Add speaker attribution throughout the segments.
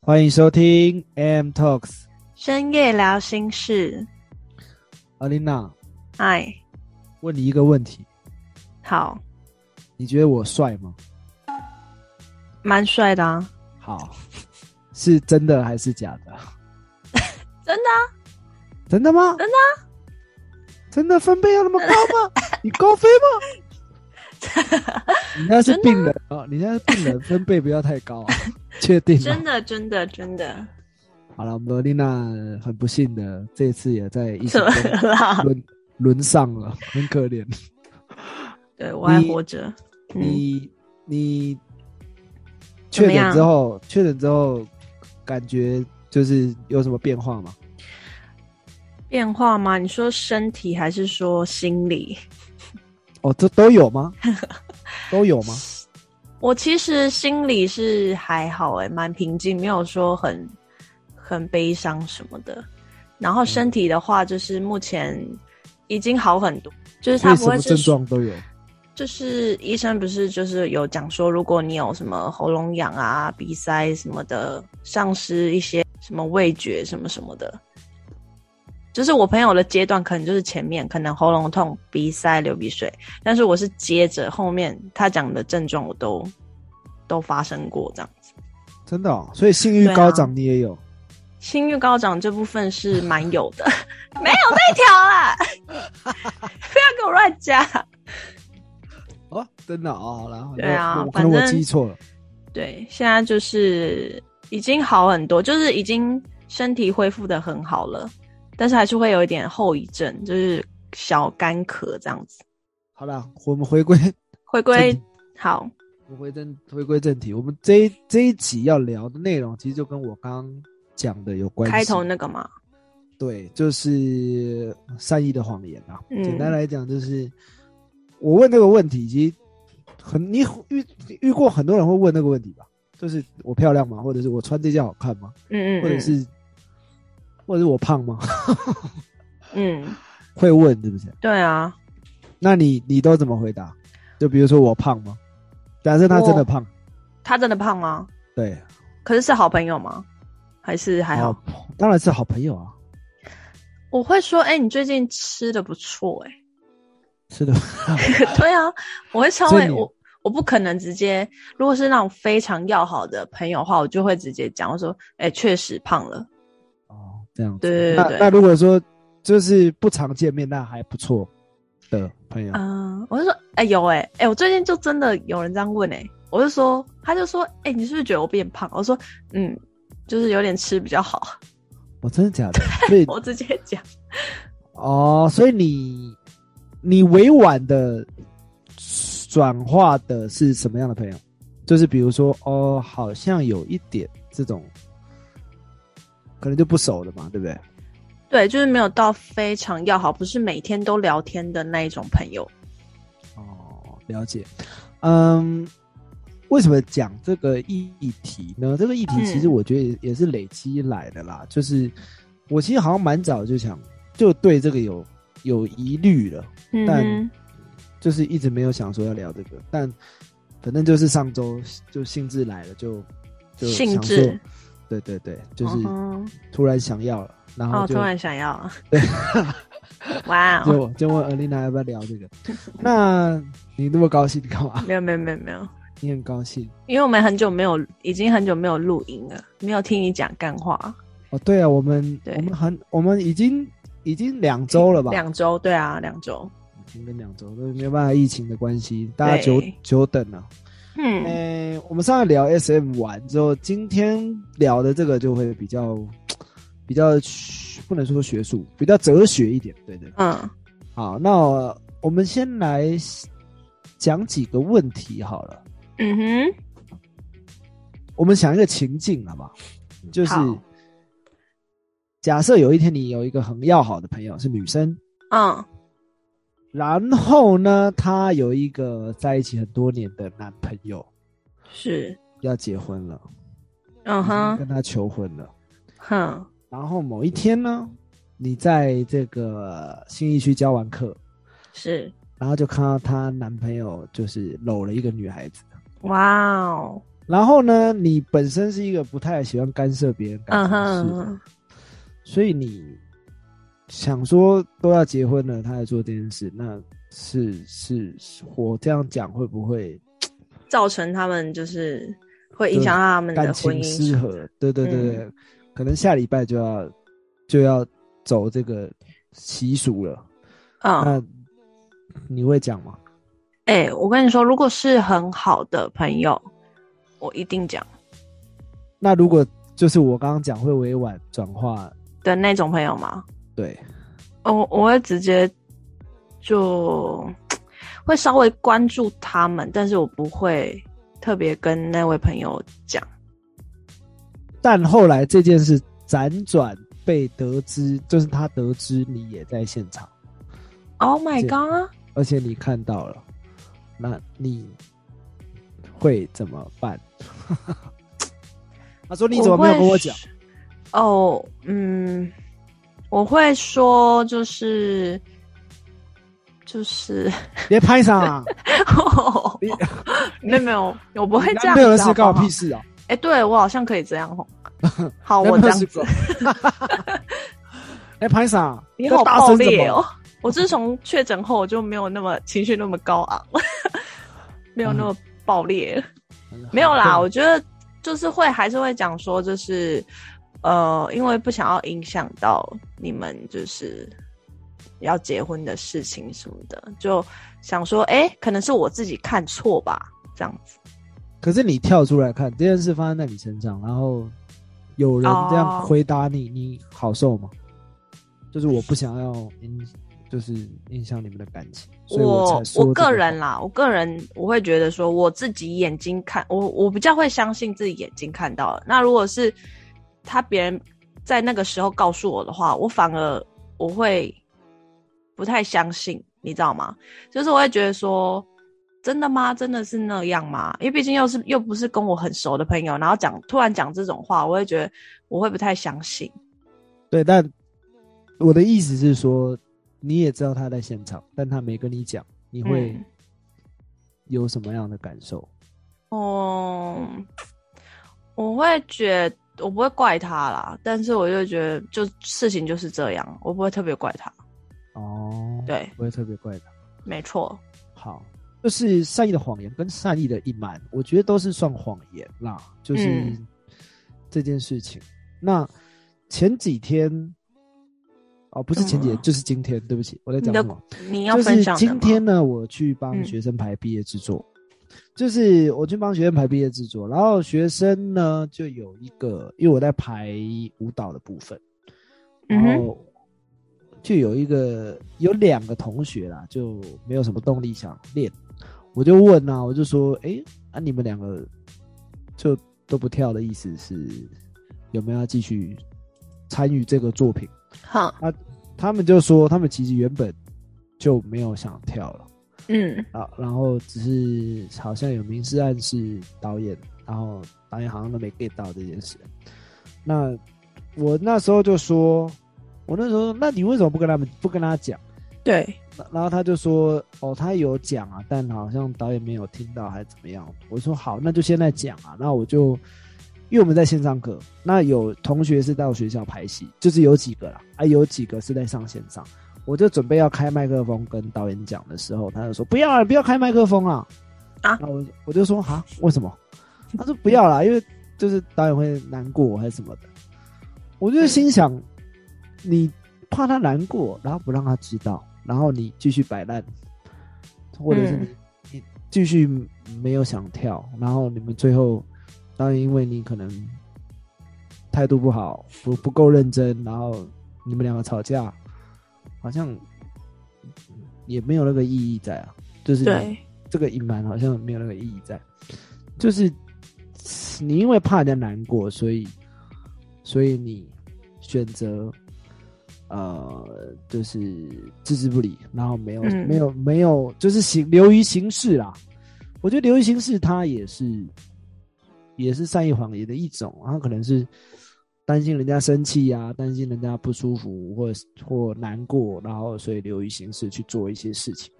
Speaker 1: 欢迎收听 AM Talks。
Speaker 2: 深夜聊心事，
Speaker 1: 阿琳娜，
Speaker 2: 哎，
Speaker 1: 问你一个问题：
Speaker 2: 好，
Speaker 1: 你觉得我帅吗？
Speaker 2: 蛮帅的啊，
Speaker 1: 好，是真的还是假的？
Speaker 2: 真的啊、
Speaker 1: 真的吗？
Speaker 2: 真啊
Speaker 1: 的、真的分贝要那么高 吗？你高飞吗？你那是病人啊！你那是病人，分贝不要太高 啊！确定吗
Speaker 2: 真？的，真的，真的，
Speaker 1: 好了，我们罗琳娜很不幸的，这一次也在疫情
Speaker 2: 怎 么
Speaker 1: 中
Speaker 2: 了啦？
Speaker 1: 沦沦丧了，很可怜。
Speaker 2: 对我还活着，嗯，
Speaker 1: 你你确
Speaker 2: 怎么
Speaker 1: 诊
Speaker 2: 样
Speaker 1: 之后，确诊之后感觉就是有什么变化吗？
Speaker 2: 变化吗？你说身体还是说心理？
Speaker 1: 哦，这都有 吗？都有吗？
Speaker 2: 我其实心里是还好、欸，哎，蛮平静，没有说很很悲伤什么的。然后身体的话，就是目前已经好很多，就是
Speaker 1: 所
Speaker 2: 它
Speaker 1: 以
Speaker 2: 不
Speaker 1: 什
Speaker 2: 会
Speaker 1: 么
Speaker 2: 是
Speaker 1: 症状都有。
Speaker 2: 就是医生不是就是有讲说，如果你有什么喉咙痒啊、鼻塞什么的，丧失一些什么味觉什么什么的，就是我朋友的阶段可能就是前面可能喉咙痛、鼻塞、流鼻水，但是我是接着后面他讲的症状我都都发生过这样。
Speaker 1: 真的哦，所以性欲
Speaker 2: 对啊
Speaker 1: 高涨你也有，
Speaker 2: 心欲高涨这部分是蛮有的， 没有那条啦， 不要给我乱加。
Speaker 1: 哦，真的哦，好啦，
Speaker 2: 对啊
Speaker 1: 我我可
Speaker 2: 反
Speaker 1: 能我
Speaker 2: 正
Speaker 1: 记错了，
Speaker 2: 对，现在就是已经好很多，就是已经身体恢复的很好了，但是还是会有一点后遗症，就是小干咳这样子。
Speaker 1: 好啦，我们回归，
Speaker 2: 回
Speaker 1: 这
Speaker 2: 归
Speaker 1: 题
Speaker 2: 好，
Speaker 1: 我们回正回归正题，我们这一这一集要聊的内容其实就跟我刚刚讲的有关系，
Speaker 2: 开头那个嘛，
Speaker 1: 对，就是善意的谎言啊。
Speaker 2: 嗯
Speaker 1: 简单来讲，就是我问这个问题，其实很你遇遇过很多人会问那个问题吧？就是我漂亮吗？或者是我穿这件好看吗？
Speaker 2: 嗯嗯，
Speaker 1: 或者是或者是我胖吗？
Speaker 2: 嗯，嗯
Speaker 1: 会问是不是？
Speaker 2: 对啊，
Speaker 1: 那你你都怎么回答？就比如说我胖吗？假设他真的胖，
Speaker 2: 他真的胖吗？
Speaker 1: 对，
Speaker 2: 可是是好朋友吗？还是还好？
Speaker 1: 哦，当然是好朋友啊，
Speaker 2: 我会说，哎、你最近吃的不错、哎。
Speaker 1: 是的，
Speaker 2: 对啊，我会稍
Speaker 1: 所以
Speaker 2: 微
Speaker 1: 你
Speaker 2: 我我不可能直接，如果是那种非常要好的朋友的话，我就会直接讲，我说，哎、确实胖了。
Speaker 1: 哦，这样子。
Speaker 2: 对对
Speaker 1: 那
Speaker 2: 对
Speaker 1: 那如果说就是不常见面，那还不错的朋友，
Speaker 2: 嗯、我就说，哎、有哎、哎、我最近就真的有人这样问哎、我就说，他就说，哎、你是不是觉得我变胖？我说，嗯，就是有点吃比 较好。
Speaker 1: 哦，真的假 的？所以
Speaker 2: 我直接讲，
Speaker 1: 哦，所以你你委婉的转化的是什么样的朋友？就是比如说，哦，好像有一点这种，可能就不熟的嘛，对不对？
Speaker 2: 对，就是没有到非常要好，不是每天都聊天的那一种朋友。
Speaker 1: 哦，了解。嗯，为什么讲这个议题呢？这个议题其实
Speaker 2: 嗯
Speaker 1: 我觉得也也是累积来的啦。就是我其实好像蛮早就想，就对这个有有疑虑了。
Speaker 2: 嗯
Speaker 1: 但
Speaker 2: 哼，
Speaker 1: 就是一直没有想说要聊这个，但反正就是上周就兴致来了，就就
Speaker 2: 性
Speaker 1: 想说，
Speaker 2: 质，
Speaker 1: 对对对，就是
Speaker 2: 嗯哼
Speaker 1: 突然想要了，然后
Speaker 2: 哦，
Speaker 1: 就、
Speaker 2: 突然想要， 哇 哦，
Speaker 1: 就就问尔丽娜要不要聊这 个，那你那么高兴干嘛？
Speaker 2: 没有没有没有没有。
Speaker 1: 你很高兴
Speaker 2: 因为我们很久没有，已经很久没有录音了，没有听你讲干话，
Speaker 1: 哦？对啊，我们
Speaker 2: 对
Speaker 1: 我们很我们已经已经两周了吧？
Speaker 2: 两周，对啊，两周，
Speaker 1: 已经跟两周，都没有办法，疫情的关系，大家久
Speaker 2: 对
Speaker 1: 久等了。
Speaker 2: 嗯，
Speaker 1: 诶、哎我们上次聊 SM 完之后，今天聊的这个就会比较比较学不能说学术，比较哲学一点。对对，
Speaker 2: 嗯，
Speaker 1: 好，那我我们先来讲几个问题好了。
Speaker 2: 嗯哼，
Speaker 1: 我们想一个情境，好不好？就是
Speaker 2: 嗯好
Speaker 1: 假设有一天你有一个很要好的朋友是女生，
Speaker 2: 嗯，
Speaker 1: 然后呢，她有一个在一起很多年的男朋友
Speaker 2: 是，
Speaker 1: 要结婚了，
Speaker 2: 嗯
Speaker 1: 已经
Speaker 2: 哼，
Speaker 1: 跟她求婚了。
Speaker 2: 哼，
Speaker 1: 然后某一天呢，你在这个新义区教完课，
Speaker 2: 是，
Speaker 1: 然后就看到她男朋友就是搂了一个女孩子，
Speaker 2: 哇哦，
Speaker 1: 然后呢，你本身是一个不太喜欢干涉别人感
Speaker 2: 嗯
Speaker 1: 情
Speaker 2: 哼
Speaker 1: 的事
Speaker 2: 嗯
Speaker 1: 的
Speaker 2: 哼，
Speaker 1: 所以你想说都要结婚了，他还做这件事，那是是是我这样讲会不会
Speaker 2: 造成他们就是会影响到他们
Speaker 1: 感
Speaker 2: 的婚
Speaker 1: 情
Speaker 2: 姻
Speaker 1: 失和？对对对对，可能下礼拜就要就要走这个习俗了，
Speaker 2: 啊。嗯
Speaker 1: 那你会讲吗？
Speaker 2: 哎、我跟你说，如果是很好的朋友，我一定讲
Speaker 1: 那如果就是我刚刚讲会委婉转化，
Speaker 2: 的那种朋友吗？
Speaker 1: 对，
Speaker 2: 哦，我我会直接就会稍微关注他们，但是我不会特别跟那位朋友讲。
Speaker 1: 但后来这件事辗转被得知，就是他得知你也在现场，
Speaker 2: Oh my
Speaker 1: 是
Speaker 2: god！
Speaker 1: 而且你看到了，那你会怎么办？ 他说：“你怎么没有跟我讲
Speaker 2: 会是？哦，嗯，我会说就是就是，
Speaker 1: 别拍上啊！你
Speaker 2: 没有没有，我不会
Speaker 1: 你男
Speaker 2: 这样
Speaker 1: 朋友的事
Speaker 2: 子哦好不
Speaker 1: 干我
Speaker 2: 好
Speaker 1: 屁。事啊！
Speaker 2: 哎、对我好像可以 这样哦。好，
Speaker 1: 男
Speaker 2: 我
Speaker 1: 朋
Speaker 2: 这
Speaker 1: 友
Speaker 2: 样
Speaker 1: 是
Speaker 2: 子
Speaker 1: 狗。 哎，拍上啊！
Speaker 2: 你
Speaker 1: 在
Speaker 2: 好
Speaker 1: 大
Speaker 2: 暴
Speaker 1: 声什
Speaker 2: 烈
Speaker 1: 么
Speaker 2: 哦！我自从确诊后，我就没有那么情绪那么高昂， 没有那么暴烈了。没有
Speaker 1: 啊
Speaker 2: 啦，我觉得就是会还是会讲说，就是呃，因为不想要影响到你们就是要结婚的事情什么的，就想说，哎、可能是我自己看错吧，这样子。
Speaker 1: 可是你跳出来看这件事发生在你身上，然后有人这样
Speaker 2: 哦
Speaker 1: 回答你，你好受吗？就是我不想要影，就是影响你们的感情，所以
Speaker 2: 我
Speaker 1: 才说、
Speaker 2: 我个人，啦，我个人我会觉得说，我自己眼睛看，我我比较会相信自己眼睛看到的。那如果是他别人在那个时候告诉我的话，我反而我会不太相信，你知道吗？就是我会觉得说，真的吗？真的是那样吗？因为毕竟又是又不是跟我很熟的朋友，然后讲突然讲这种话，我会觉得我会不太相信。
Speaker 1: 对，但我的意思是说，你也知道他在现场，但他没跟你讲，你会
Speaker 2: 嗯
Speaker 1: 有什么样的感受？
Speaker 2: 哦，我会觉我不会怪他啦，但是我就觉得，就事情就是这样，我不会特别怪他。
Speaker 1: 哦，，
Speaker 2: 对，
Speaker 1: 不会特别怪他。
Speaker 2: 没错，
Speaker 1: 好，就是善意的谎言跟善意的隐瞒，我觉得都是算谎言啦。就是
Speaker 2: 嗯
Speaker 1: 这件事情。那前几天，哦，不是前几天，
Speaker 2: 嗯
Speaker 1: 就是今天。对不起，我在
Speaker 2: 你
Speaker 1: 讲
Speaker 2: 的
Speaker 1: 什么？
Speaker 2: 你要
Speaker 1: 就是
Speaker 2: 分享的
Speaker 1: 今
Speaker 2: 吗
Speaker 1: 天呢，我去帮
Speaker 2: 嗯
Speaker 1: 学生排毕业制作，就是我去帮学生排毕业制作，然后学生呢就有一个，因为我在排舞蹈的部分，
Speaker 2: 嗯
Speaker 1: 然
Speaker 2: 哼
Speaker 1: 后就有一个有两个同学啦，就没有什么动力想练，我就问啊，我就说，哎、啊你们两个就都不跳的意思是有没有要继续参与这个作品？
Speaker 2: 哼，
Speaker 1: 他们就说他们其实原本就没有想跳了。
Speaker 2: 嗯
Speaker 1: 啊，然后只是好像有明示暗示导演，然后导演好像都没 get 到这件事。那我那时候就说，我那时候说那你为什么不跟他们不跟他讲？
Speaker 2: 对，
Speaker 1: 那然后他就说，哦，他有讲啊，但好像导演没有听到还是怎么样。我说好，那就现在讲啊。那我就因为我们在线上课，那有同学是到学校拍戏，就是有几个啦，啊，有几个是在上线上。我就准备要开麦克风跟导演讲的时候，他就说不要啊，不要开麦克风啊。
Speaker 2: 啊
Speaker 1: 那我我就说啊，为什么？他说不要啦，因为就是导演会难过还是什么的。我就心想，你怕他难过，然后不让他知道，然后你继续摆烂，或者是
Speaker 2: 嗯
Speaker 1: 你你继续没有想跳，然后你们最后，当然因为你可能态度不好，不不够认真，然后你们两个吵架，好像也没有那个意义在啊，就是你
Speaker 2: 对，
Speaker 1: 这个隐瞒好像没有那个意义在，就是你因为怕人家难过，所以所以你选择呃，就是置之不理，然后没有、
Speaker 2: 嗯
Speaker 1: 没有没有，就是行流于形式啦。我觉得流于形式，它也是也是善意谎言的一种，然后可能是担心人家生气啊，担心人家不舒服或或难过，然后所以流于形式去做一些事情。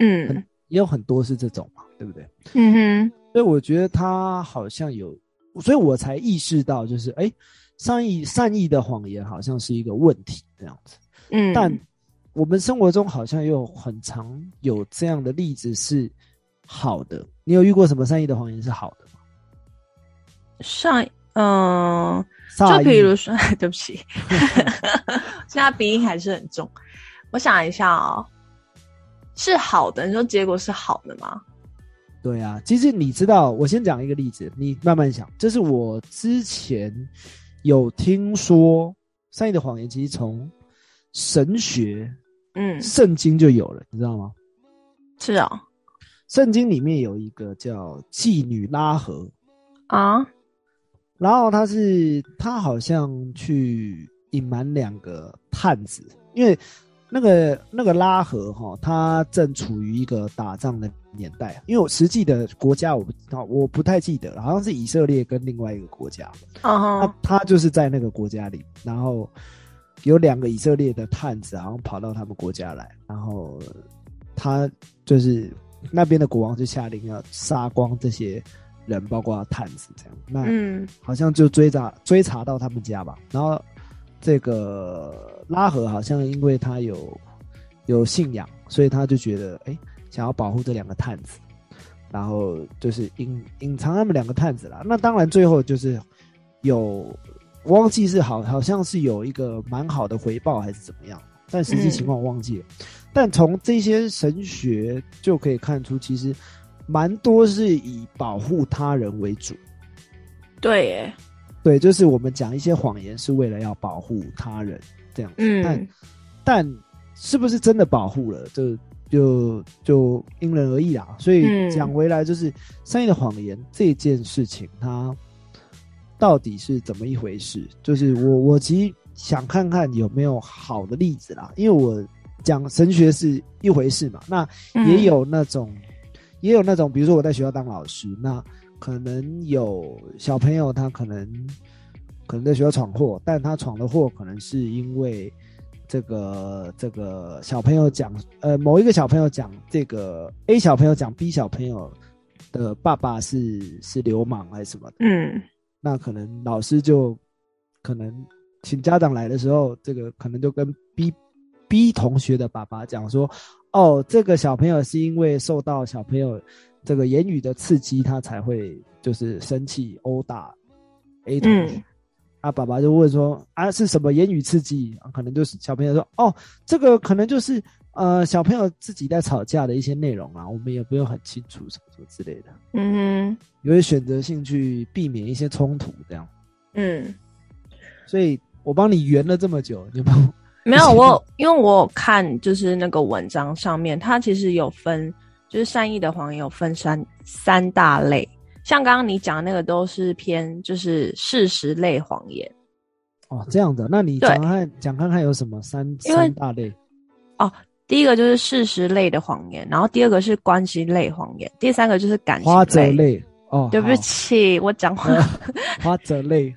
Speaker 2: 嗯
Speaker 1: 也有很多是这种嘛，对不对？
Speaker 2: 嗯哼，
Speaker 1: 所以我觉得他好像有，所以我才意识到，就是哎，善意善意的谎言好像是一个问题这样子。
Speaker 2: 嗯，
Speaker 1: 但我们生活中好像也有很常有这样的例子是好的。你有遇过什么善意的谎言是好的吗？
Speaker 2: 上嗯、
Speaker 1: 善
Speaker 2: 就
Speaker 1: 意
Speaker 2: 比如说， 对 不起，现在鼻音还是很重。我想一下哦，是好的，你说结果是好的吗？
Speaker 1: 对啊，其实你知道，我先讲一个例子，你慢慢想。这是我之前有听说善意的谎言，其实从神学、
Speaker 2: 嗯，
Speaker 1: 圣经就有了，你知道吗？
Speaker 2: 是哦，
Speaker 1: 圣经里面有一个叫妓女拉合，
Speaker 2: 啊，
Speaker 1: 然后她是她好像去隐瞒两个探子，因为那个那个拉合哈、她正处于一个打仗的年代，因为我实际的国家我不知道，我不太记得了，好像是以色列跟另外一个国家，
Speaker 2: 哦
Speaker 1: 她，她就是在那个国家里，然后有两个以色列的探子，然后跑到他们国家来，然后她就是那边的国王就下令要杀光这些人，包括探子这样。那
Speaker 2: 嗯
Speaker 1: 好像就追查追查到他们家吧。然后这个拉合好像因为他有有信仰，所以他就觉得哎、诶想要保护这两个探子，然后就是隐隐藏他们两个探子啦。那当然最后就是有我忘记是好好像是有一个蛮好的回报还是怎么样，但实际情况我忘记了。但从这些神学就可以看出，其实蛮多是以保护他人为主。
Speaker 2: 对耶，
Speaker 1: 对，就是我们讲一些谎言是为了要保护他人这样子，但
Speaker 2: 嗯，
Speaker 1: 但是不是真的保护了，就就就因人而异啦。所以
Speaker 2: 嗯
Speaker 1: 讲回来，就是善意的谎言这件事情，它到底是怎么一回事？就是我我其实想看看有没有好的例子啦，因为我讲神学是一回事嘛，那也
Speaker 2: 嗯，
Speaker 1: 有那种，也有那种，比如说我在学校当老师，那可能有小朋友他可能可能在学校闯祸，但他闯的祸可能是因为这个这个小朋友讲，呃，某一个小朋友讲这个 A 小朋友讲 B 小朋友的爸爸是是流氓还是什么的，
Speaker 2: 嗯，
Speaker 1: 那可能老师就可能请家长来的时候，这个可能就跟 B B 同学的爸爸讲说，哦，这个小朋友是因为受到小朋友这个言语的刺激，他才会就是生气殴打 A 同学。
Speaker 2: 嗯
Speaker 1: 啊，爸爸就问说啊，是什么言语刺激？啊、可能就是小朋友说哦，这个可能就是呃小朋友自己在吵架的一些内容啦，我们也不用很清楚什么什么之类的。
Speaker 2: 嗯哼，
Speaker 1: 有些选择性去避免一些冲突，这样。
Speaker 2: 嗯，
Speaker 1: 所以我帮你圆了这么久，你帮我
Speaker 2: 没有我有，因为我有看就是那个文章上面，它其实有分，就是善意的谎言有分三三大类，像刚刚你讲的那个都是偏就是事实类谎言。
Speaker 1: 哦这样的，那你
Speaker 2: 嗯对
Speaker 1: 讲看讲看看有什么三
Speaker 2: 因为
Speaker 1: 三大类
Speaker 2: 第一个就是事实类的谎言，然后第二个是关系类谎言，第三个就是感情
Speaker 1: 花泽
Speaker 2: 类。
Speaker 1: 类哦，
Speaker 2: 对不
Speaker 1: 好，
Speaker 2: 起，我 讲话。
Speaker 1: 花泽类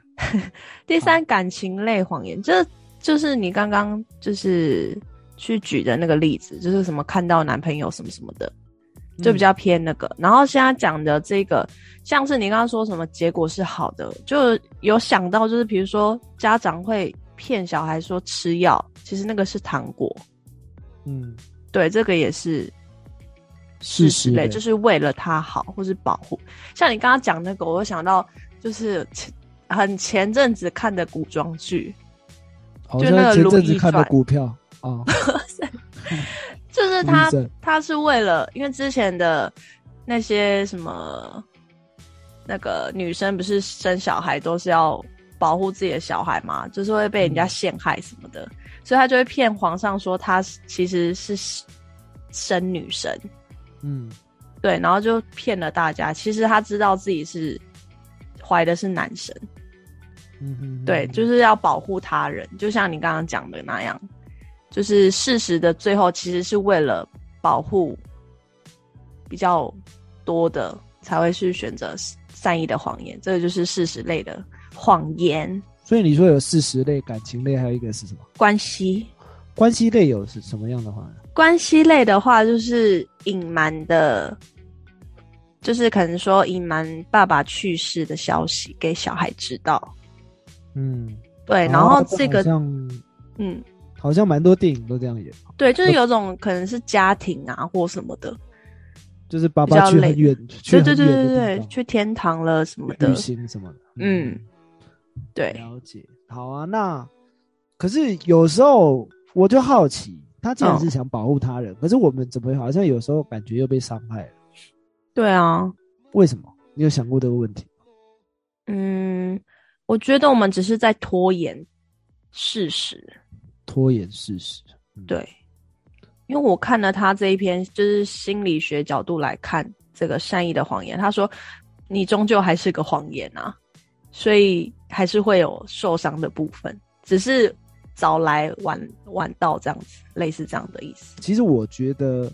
Speaker 2: 第三，感情类谎言，这就是你刚刚就是去举的那个例子，就是什么看到男朋友什么什么的， 就比较偏那个。然后现在讲的这个，像是你刚刚说什么结果是好的，就有想到就是比如说家长会骗小孩说吃药，其实那个是糖果，
Speaker 1: 嗯嗯
Speaker 2: 对，这个也是
Speaker 1: 事实
Speaker 2: 实类，
Speaker 1: 类
Speaker 2: 就是为了他好或是保护。像你刚刚讲那个，我又想到就是前很前阵子看的古装剧，
Speaker 1: 好
Speaker 2: 就
Speaker 1: 像
Speaker 2: 那个
Speaker 1: 前阵
Speaker 2: 如
Speaker 1: 子
Speaker 2: 懿
Speaker 1: 看的
Speaker 2: 传
Speaker 1: 股票 哦，
Speaker 2: 就是
Speaker 1: 如
Speaker 2: 他
Speaker 1: 懿传
Speaker 2: 他是为了因为之前的那些什么那个女生不是生小孩都是要保护自己的小孩嘛，就是会被人家
Speaker 1: 嗯
Speaker 2: 陷害什么的，所以他就会骗皇上说他其实是生女生。
Speaker 1: 嗯
Speaker 2: 对，然后就骗了大家。其实他知道自己是怀的是男生，
Speaker 1: 嗯嗯，
Speaker 2: 对，
Speaker 1: 嗯
Speaker 2: 就是要保护他人，就像你刚刚讲的那样，就是事实的最后其实是为了保护比较多的，才会去选择善意的谎言，这个就是事实类的谎言
Speaker 1: 所以你说有事实类、感情类，还有一个是什么？
Speaker 2: 关系。
Speaker 1: 关系类有是什么样的话？
Speaker 2: 关系类的话，就是隐瞒的，就是可能说隐瞒爸爸去世的消息给小孩知道。
Speaker 1: 嗯，
Speaker 2: 对，然
Speaker 1: 哦
Speaker 2: 后
Speaker 1: 好
Speaker 2: 这个
Speaker 1: 像
Speaker 2: 嗯，
Speaker 1: 好像蛮多电影都这样演，
Speaker 2: 对，就是有种可能是家庭啊或什么的，
Speaker 1: 就是爸
Speaker 2: 比
Speaker 1: 爸
Speaker 2: 较
Speaker 1: 去
Speaker 2: 累
Speaker 1: 很远，去
Speaker 2: 对
Speaker 1: 很
Speaker 2: 对对
Speaker 1: 远
Speaker 2: 对
Speaker 1: 的地
Speaker 2: 对，
Speaker 1: 方
Speaker 2: 去天堂了什么的
Speaker 1: 旅，行什么的。
Speaker 2: 嗯，对，
Speaker 1: 了解。好啊，那可是有时候我就好奇，他既然
Speaker 2: 嗯
Speaker 1: 是想保护他人，可是我们怎么好像有时候感觉又被伤害了？
Speaker 2: 对啊，
Speaker 1: 为什么？你有想过这个问题吗？
Speaker 2: 嗯，我觉得我们只是在拖延事实，
Speaker 1: 拖延事实。
Speaker 2: 对，因为我看了他这一篇，就是心理学角度来看这个善意的谎言。他说，你终究还是个谎言啊，所以还是会有受伤的部分，只是早来晚晚到这样子，类似这样的意思。
Speaker 1: 其实我觉得，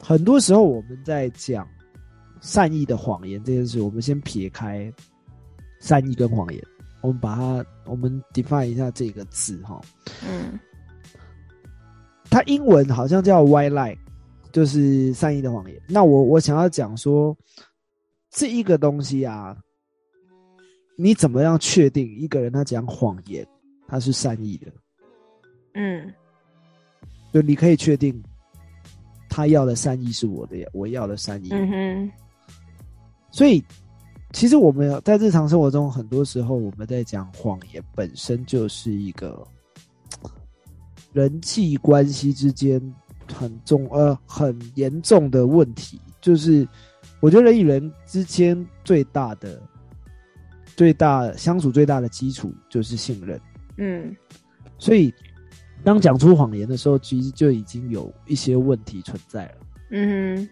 Speaker 1: 很多时候我们在讲善意的谎言这件事，我们先撇开善意跟谎言，我们把它我们 define 一下这个字哈。
Speaker 2: 嗯
Speaker 1: 它英文好像叫 white lie，就是善意的谎言。那我我想要讲说，这一个东西啊，你怎么样确定一个人他讲谎言他是善意的？
Speaker 2: 嗯
Speaker 1: 就你可以确定他要的善意是我的，我要的善意。
Speaker 2: 嗯哼，
Speaker 1: 所以，其实我们在日常生活中，很多时候我们在讲谎言本身就是一个嘖人际关系之间很重呃很严重的问题。就是我觉得人与人之间最大的、最大相处最大的基础就是信任。
Speaker 2: 嗯
Speaker 1: 所以，当讲出谎言的时候，其实就已经有一些问题存在了。
Speaker 2: 嗯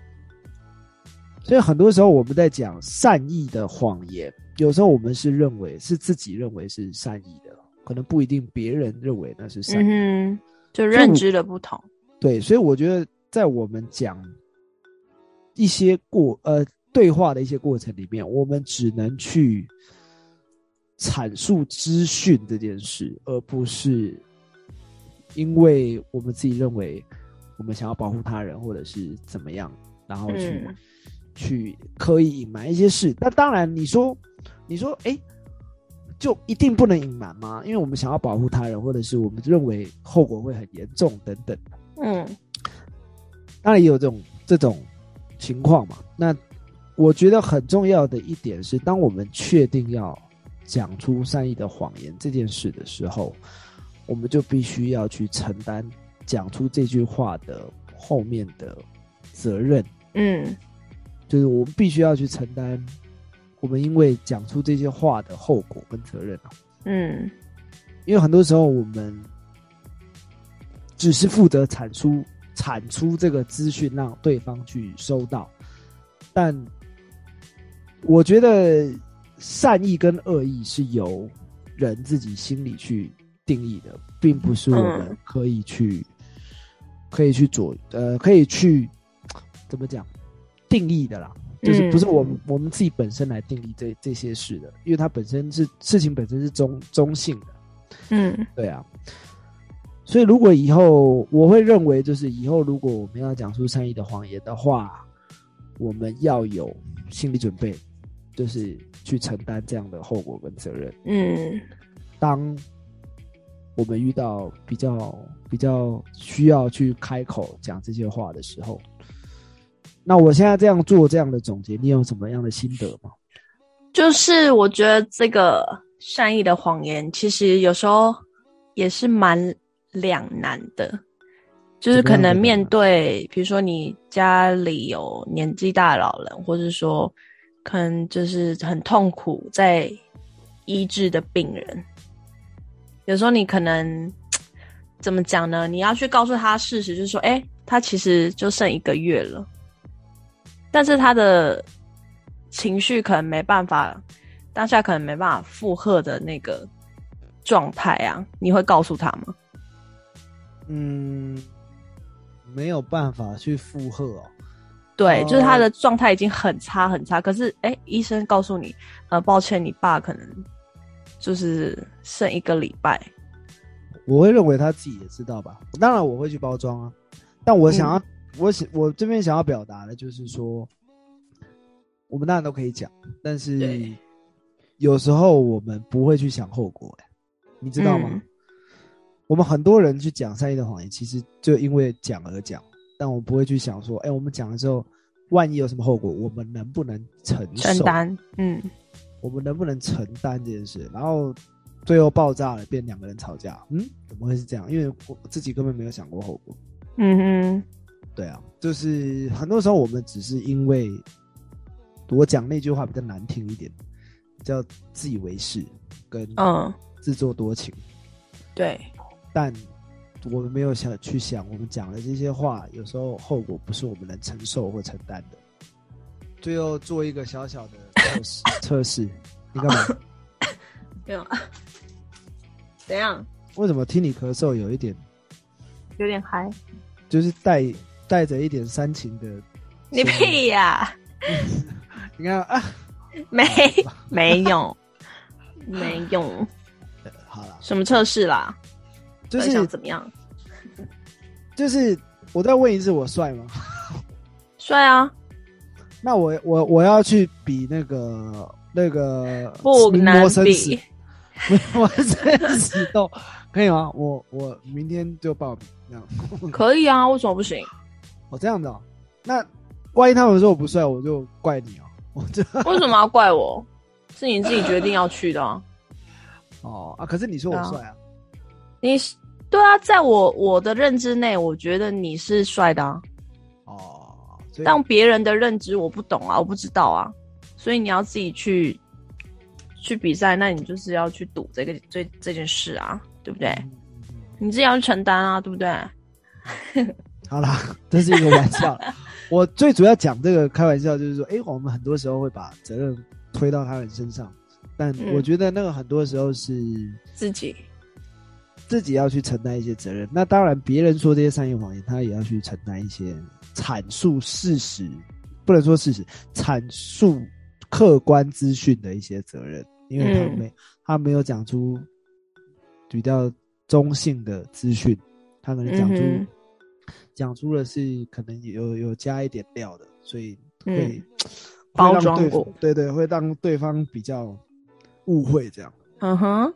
Speaker 1: 所以很多时候我们在讲善意的谎言，有时候我们是认为是自己认为是善意的，可能不一定别人认为那是
Speaker 2: 哼，
Speaker 1: 善意。
Speaker 2: 嗯哼，就
Speaker 1: 所以
Speaker 2: 认
Speaker 1: 我
Speaker 2: 知的不同。
Speaker 1: 对，所以我觉得在我们讲一些过呃对话的一些过程里面，我们只能去阐述资讯这件事，而不是因为我们自己认为我们想要保护他人或者是怎么样，然后去、
Speaker 2: 嗯
Speaker 1: 去刻意隐瞒一些事。那当然，你说你说哎。诶就一定不能隐瞒吗？因为我们想要保护他人，或者是我们认为后果会很严重等等。
Speaker 2: 嗯
Speaker 1: 当然也有这种这种情况嘛。那我觉得很重要的一点是，当我们确定要讲出善意的谎言这件事的时候，我们就必须要去承担讲出这句话的后面的责任，
Speaker 2: 嗯
Speaker 1: 就是我们必须要去承担我们因为讲出这些话的后果跟责任啊。
Speaker 2: 嗯
Speaker 1: 因为很多时候我们只是负责产出产出这个资讯，让对方去收到。但我觉得善意跟恶意是由人自己心里去定义的，并不是我们
Speaker 2: 嗯
Speaker 1: 可以去、可以去左呃可以去怎么讲定义的啦。就是
Speaker 2: 嗯
Speaker 1: 不是我们、我们自己本身来定义这这些事的，因为它本身是事情本身是中中性的，
Speaker 2: 嗯
Speaker 1: 对啊。所以如果以后我会认为，就是以后如果我们要讲出善意的谎言的话，我们要有心理准备，就是去承担这样的后果跟责任。
Speaker 2: 嗯
Speaker 1: 当我们遇到比较比较需要去开口讲这些话的时候，那我现在这样做这样的总结，你有什么样的心得吗？
Speaker 2: 就是我觉得这个善意的谎言，其实有时候也是蛮两难的，就是可能面对，比如说你家里有年纪大的老人，或是说可能就是很痛苦在医治的病人，有时候你可能怎么讲呢？你要去告诉他事实，就是说，哎、他其实就剩一个月了，但是他的情绪可能没办法，当下可能没办法负荷的那个状态啊，你会告诉他吗？
Speaker 1: 嗯，没有办法去负荷哦。
Speaker 2: 对，
Speaker 1: 哦
Speaker 2: 就是他的状态已经很差很差，可是哎、医生告诉你，呃，抱歉，你爸可能就是剩一个礼拜，
Speaker 1: 我会认为他自己也知道吧。当然我会去包
Speaker 2: 嗯
Speaker 1: 装啊，但我想要，我想我这边想要表达的就是说，我们当然都可以讲，但是
Speaker 2: 对
Speaker 1: 有时候我们不会去想后果、哎，你知道吗？
Speaker 2: 嗯
Speaker 1: 我们很多人去讲善意的谎言，其实就因为讲而讲，但我们不会去想说，哎、我们讲了之后，万一有什么后果，我们能不能承
Speaker 2: 承
Speaker 1: 受？
Speaker 2: 担，嗯，
Speaker 1: 我们能不能承担这件事？然后最后爆炸了，变两个人吵架，嗯，怎么会是这样？因为我自己根本没有想过后果。
Speaker 2: 嗯
Speaker 1: 对啊，就是很多时候我们只是因为我讲那句话比较难听一点，叫自以为是跟
Speaker 2: 哼，嗯，
Speaker 1: 自作多情，
Speaker 2: 对，
Speaker 1: 但我们没有想去想，我们讲的这些话有时候后果不是我们能承受或承担的。最后做一个小小的测试，测试你干嘛？
Speaker 2: 这样，啊 怎样？
Speaker 1: 为什么听你咳嗽有一点，
Speaker 2: 有点嗨？
Speaker 1: 就是带带着一点煽情的？
Speaker 2: 你屁 呀、
Speaker 1: 你看啊，
Speaker 2: 没没有，没用，
Speaker 1: 好了，
Speaker 2: 什么测试啦？
Speaker 1: 就
Speaker 2: 到底想
Speaker 1: 是
Speaker 2: 怎么样？
Speaker 1: 就是，我再问一次，我帅吗？
Speaker 2: 帅啊，
Speaker 1: 那我我我要去比那个那个
Speaker 2: 不
Speaker 1: 名
Speaker 2: 难
Speaker 1: 模生死
Speaker 2: 比，，
Speaker 1: 我生死斗可以吗？我我明天就报名，这样
Speaker 2: 可以啊，为什么不 行？
Speaker 1: 我、这样子哦。那万一他们说我不帅，我就怪你哦。我就
Speaker 2: 为什么要怪我？是你自己决定要去的、啊。
Speaker 1: 哦啊，可是你说我帅啊，
Speaker 2: 你是对啊，在我我的认知内，我觉得你是帅的啊，
Speaker 1: 哦，所以
Speaker 2: 但别人的认知我不懂啊，我不知道啊，所以你要自己去去比赛，那你就是要去赌这个这这件事啊，对不对？
Speaker 1: 嗯嗯嗯
Speaker 2: 你自己要去承担啊，对不对？
Speaker 1: 好啦，这是一个玩笑。我最主要讲这个开玩笑，就是说，诶，我们很多时候会把责任推到他人身上，但
Speaker 2: 嗯
Speaker 1: 我觉得那个很多时候是。
Speaker 2: 自己
Speaker 1: 自己要去承担一些责任。那当然，别人说这些善意谎言，他也要去承担一些阐述事实，不能说事实，阐述客观资讯的一些责任，因为他
Speaker 2: 嗯
Speaker 1: 没、他没有讲出比较中性的资讯，他可能讲出
Speaker 2: 嗯哼
Speaker 1: 讲、出的是可能有有加一点料的，所以会、
Speaker 2: 嗯
Speaker 1: 会让
Speaker 2: 包装
Speaker 1: 对
Speaker 2: 过
Speaker 1: 对对，会让对方比较误会这样。
Speaker 2: 嗯哼，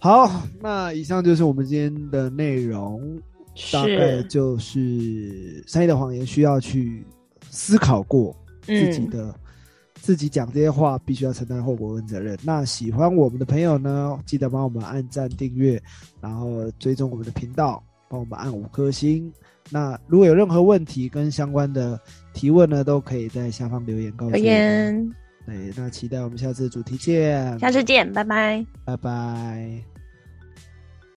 Speaker 1: 好，那以上就是我们今天的内容，大概
Speaker 2: 是
Speaker 1: 就是善意的谎言需要去思考过自己
Speaker 2: 嗯
Speaker 1: 的，自己讲这些话必须要承担的后果跟责任。那喜欢我们的朋友呢，记得帮我们按赞、订阅，然后追踪我们的频道，帮我们按五颗星。那如果有任何问题跟相关的提问呢，都可以在下方留言告诉我
Speaker 2: 留
Speaker 1: 们。
Speaker 2: 言，
Speaker 1: 对，那期待我们下次的主题见，
Speaker 2: 下次见，拜拜。
Speaker 1: 拜拜。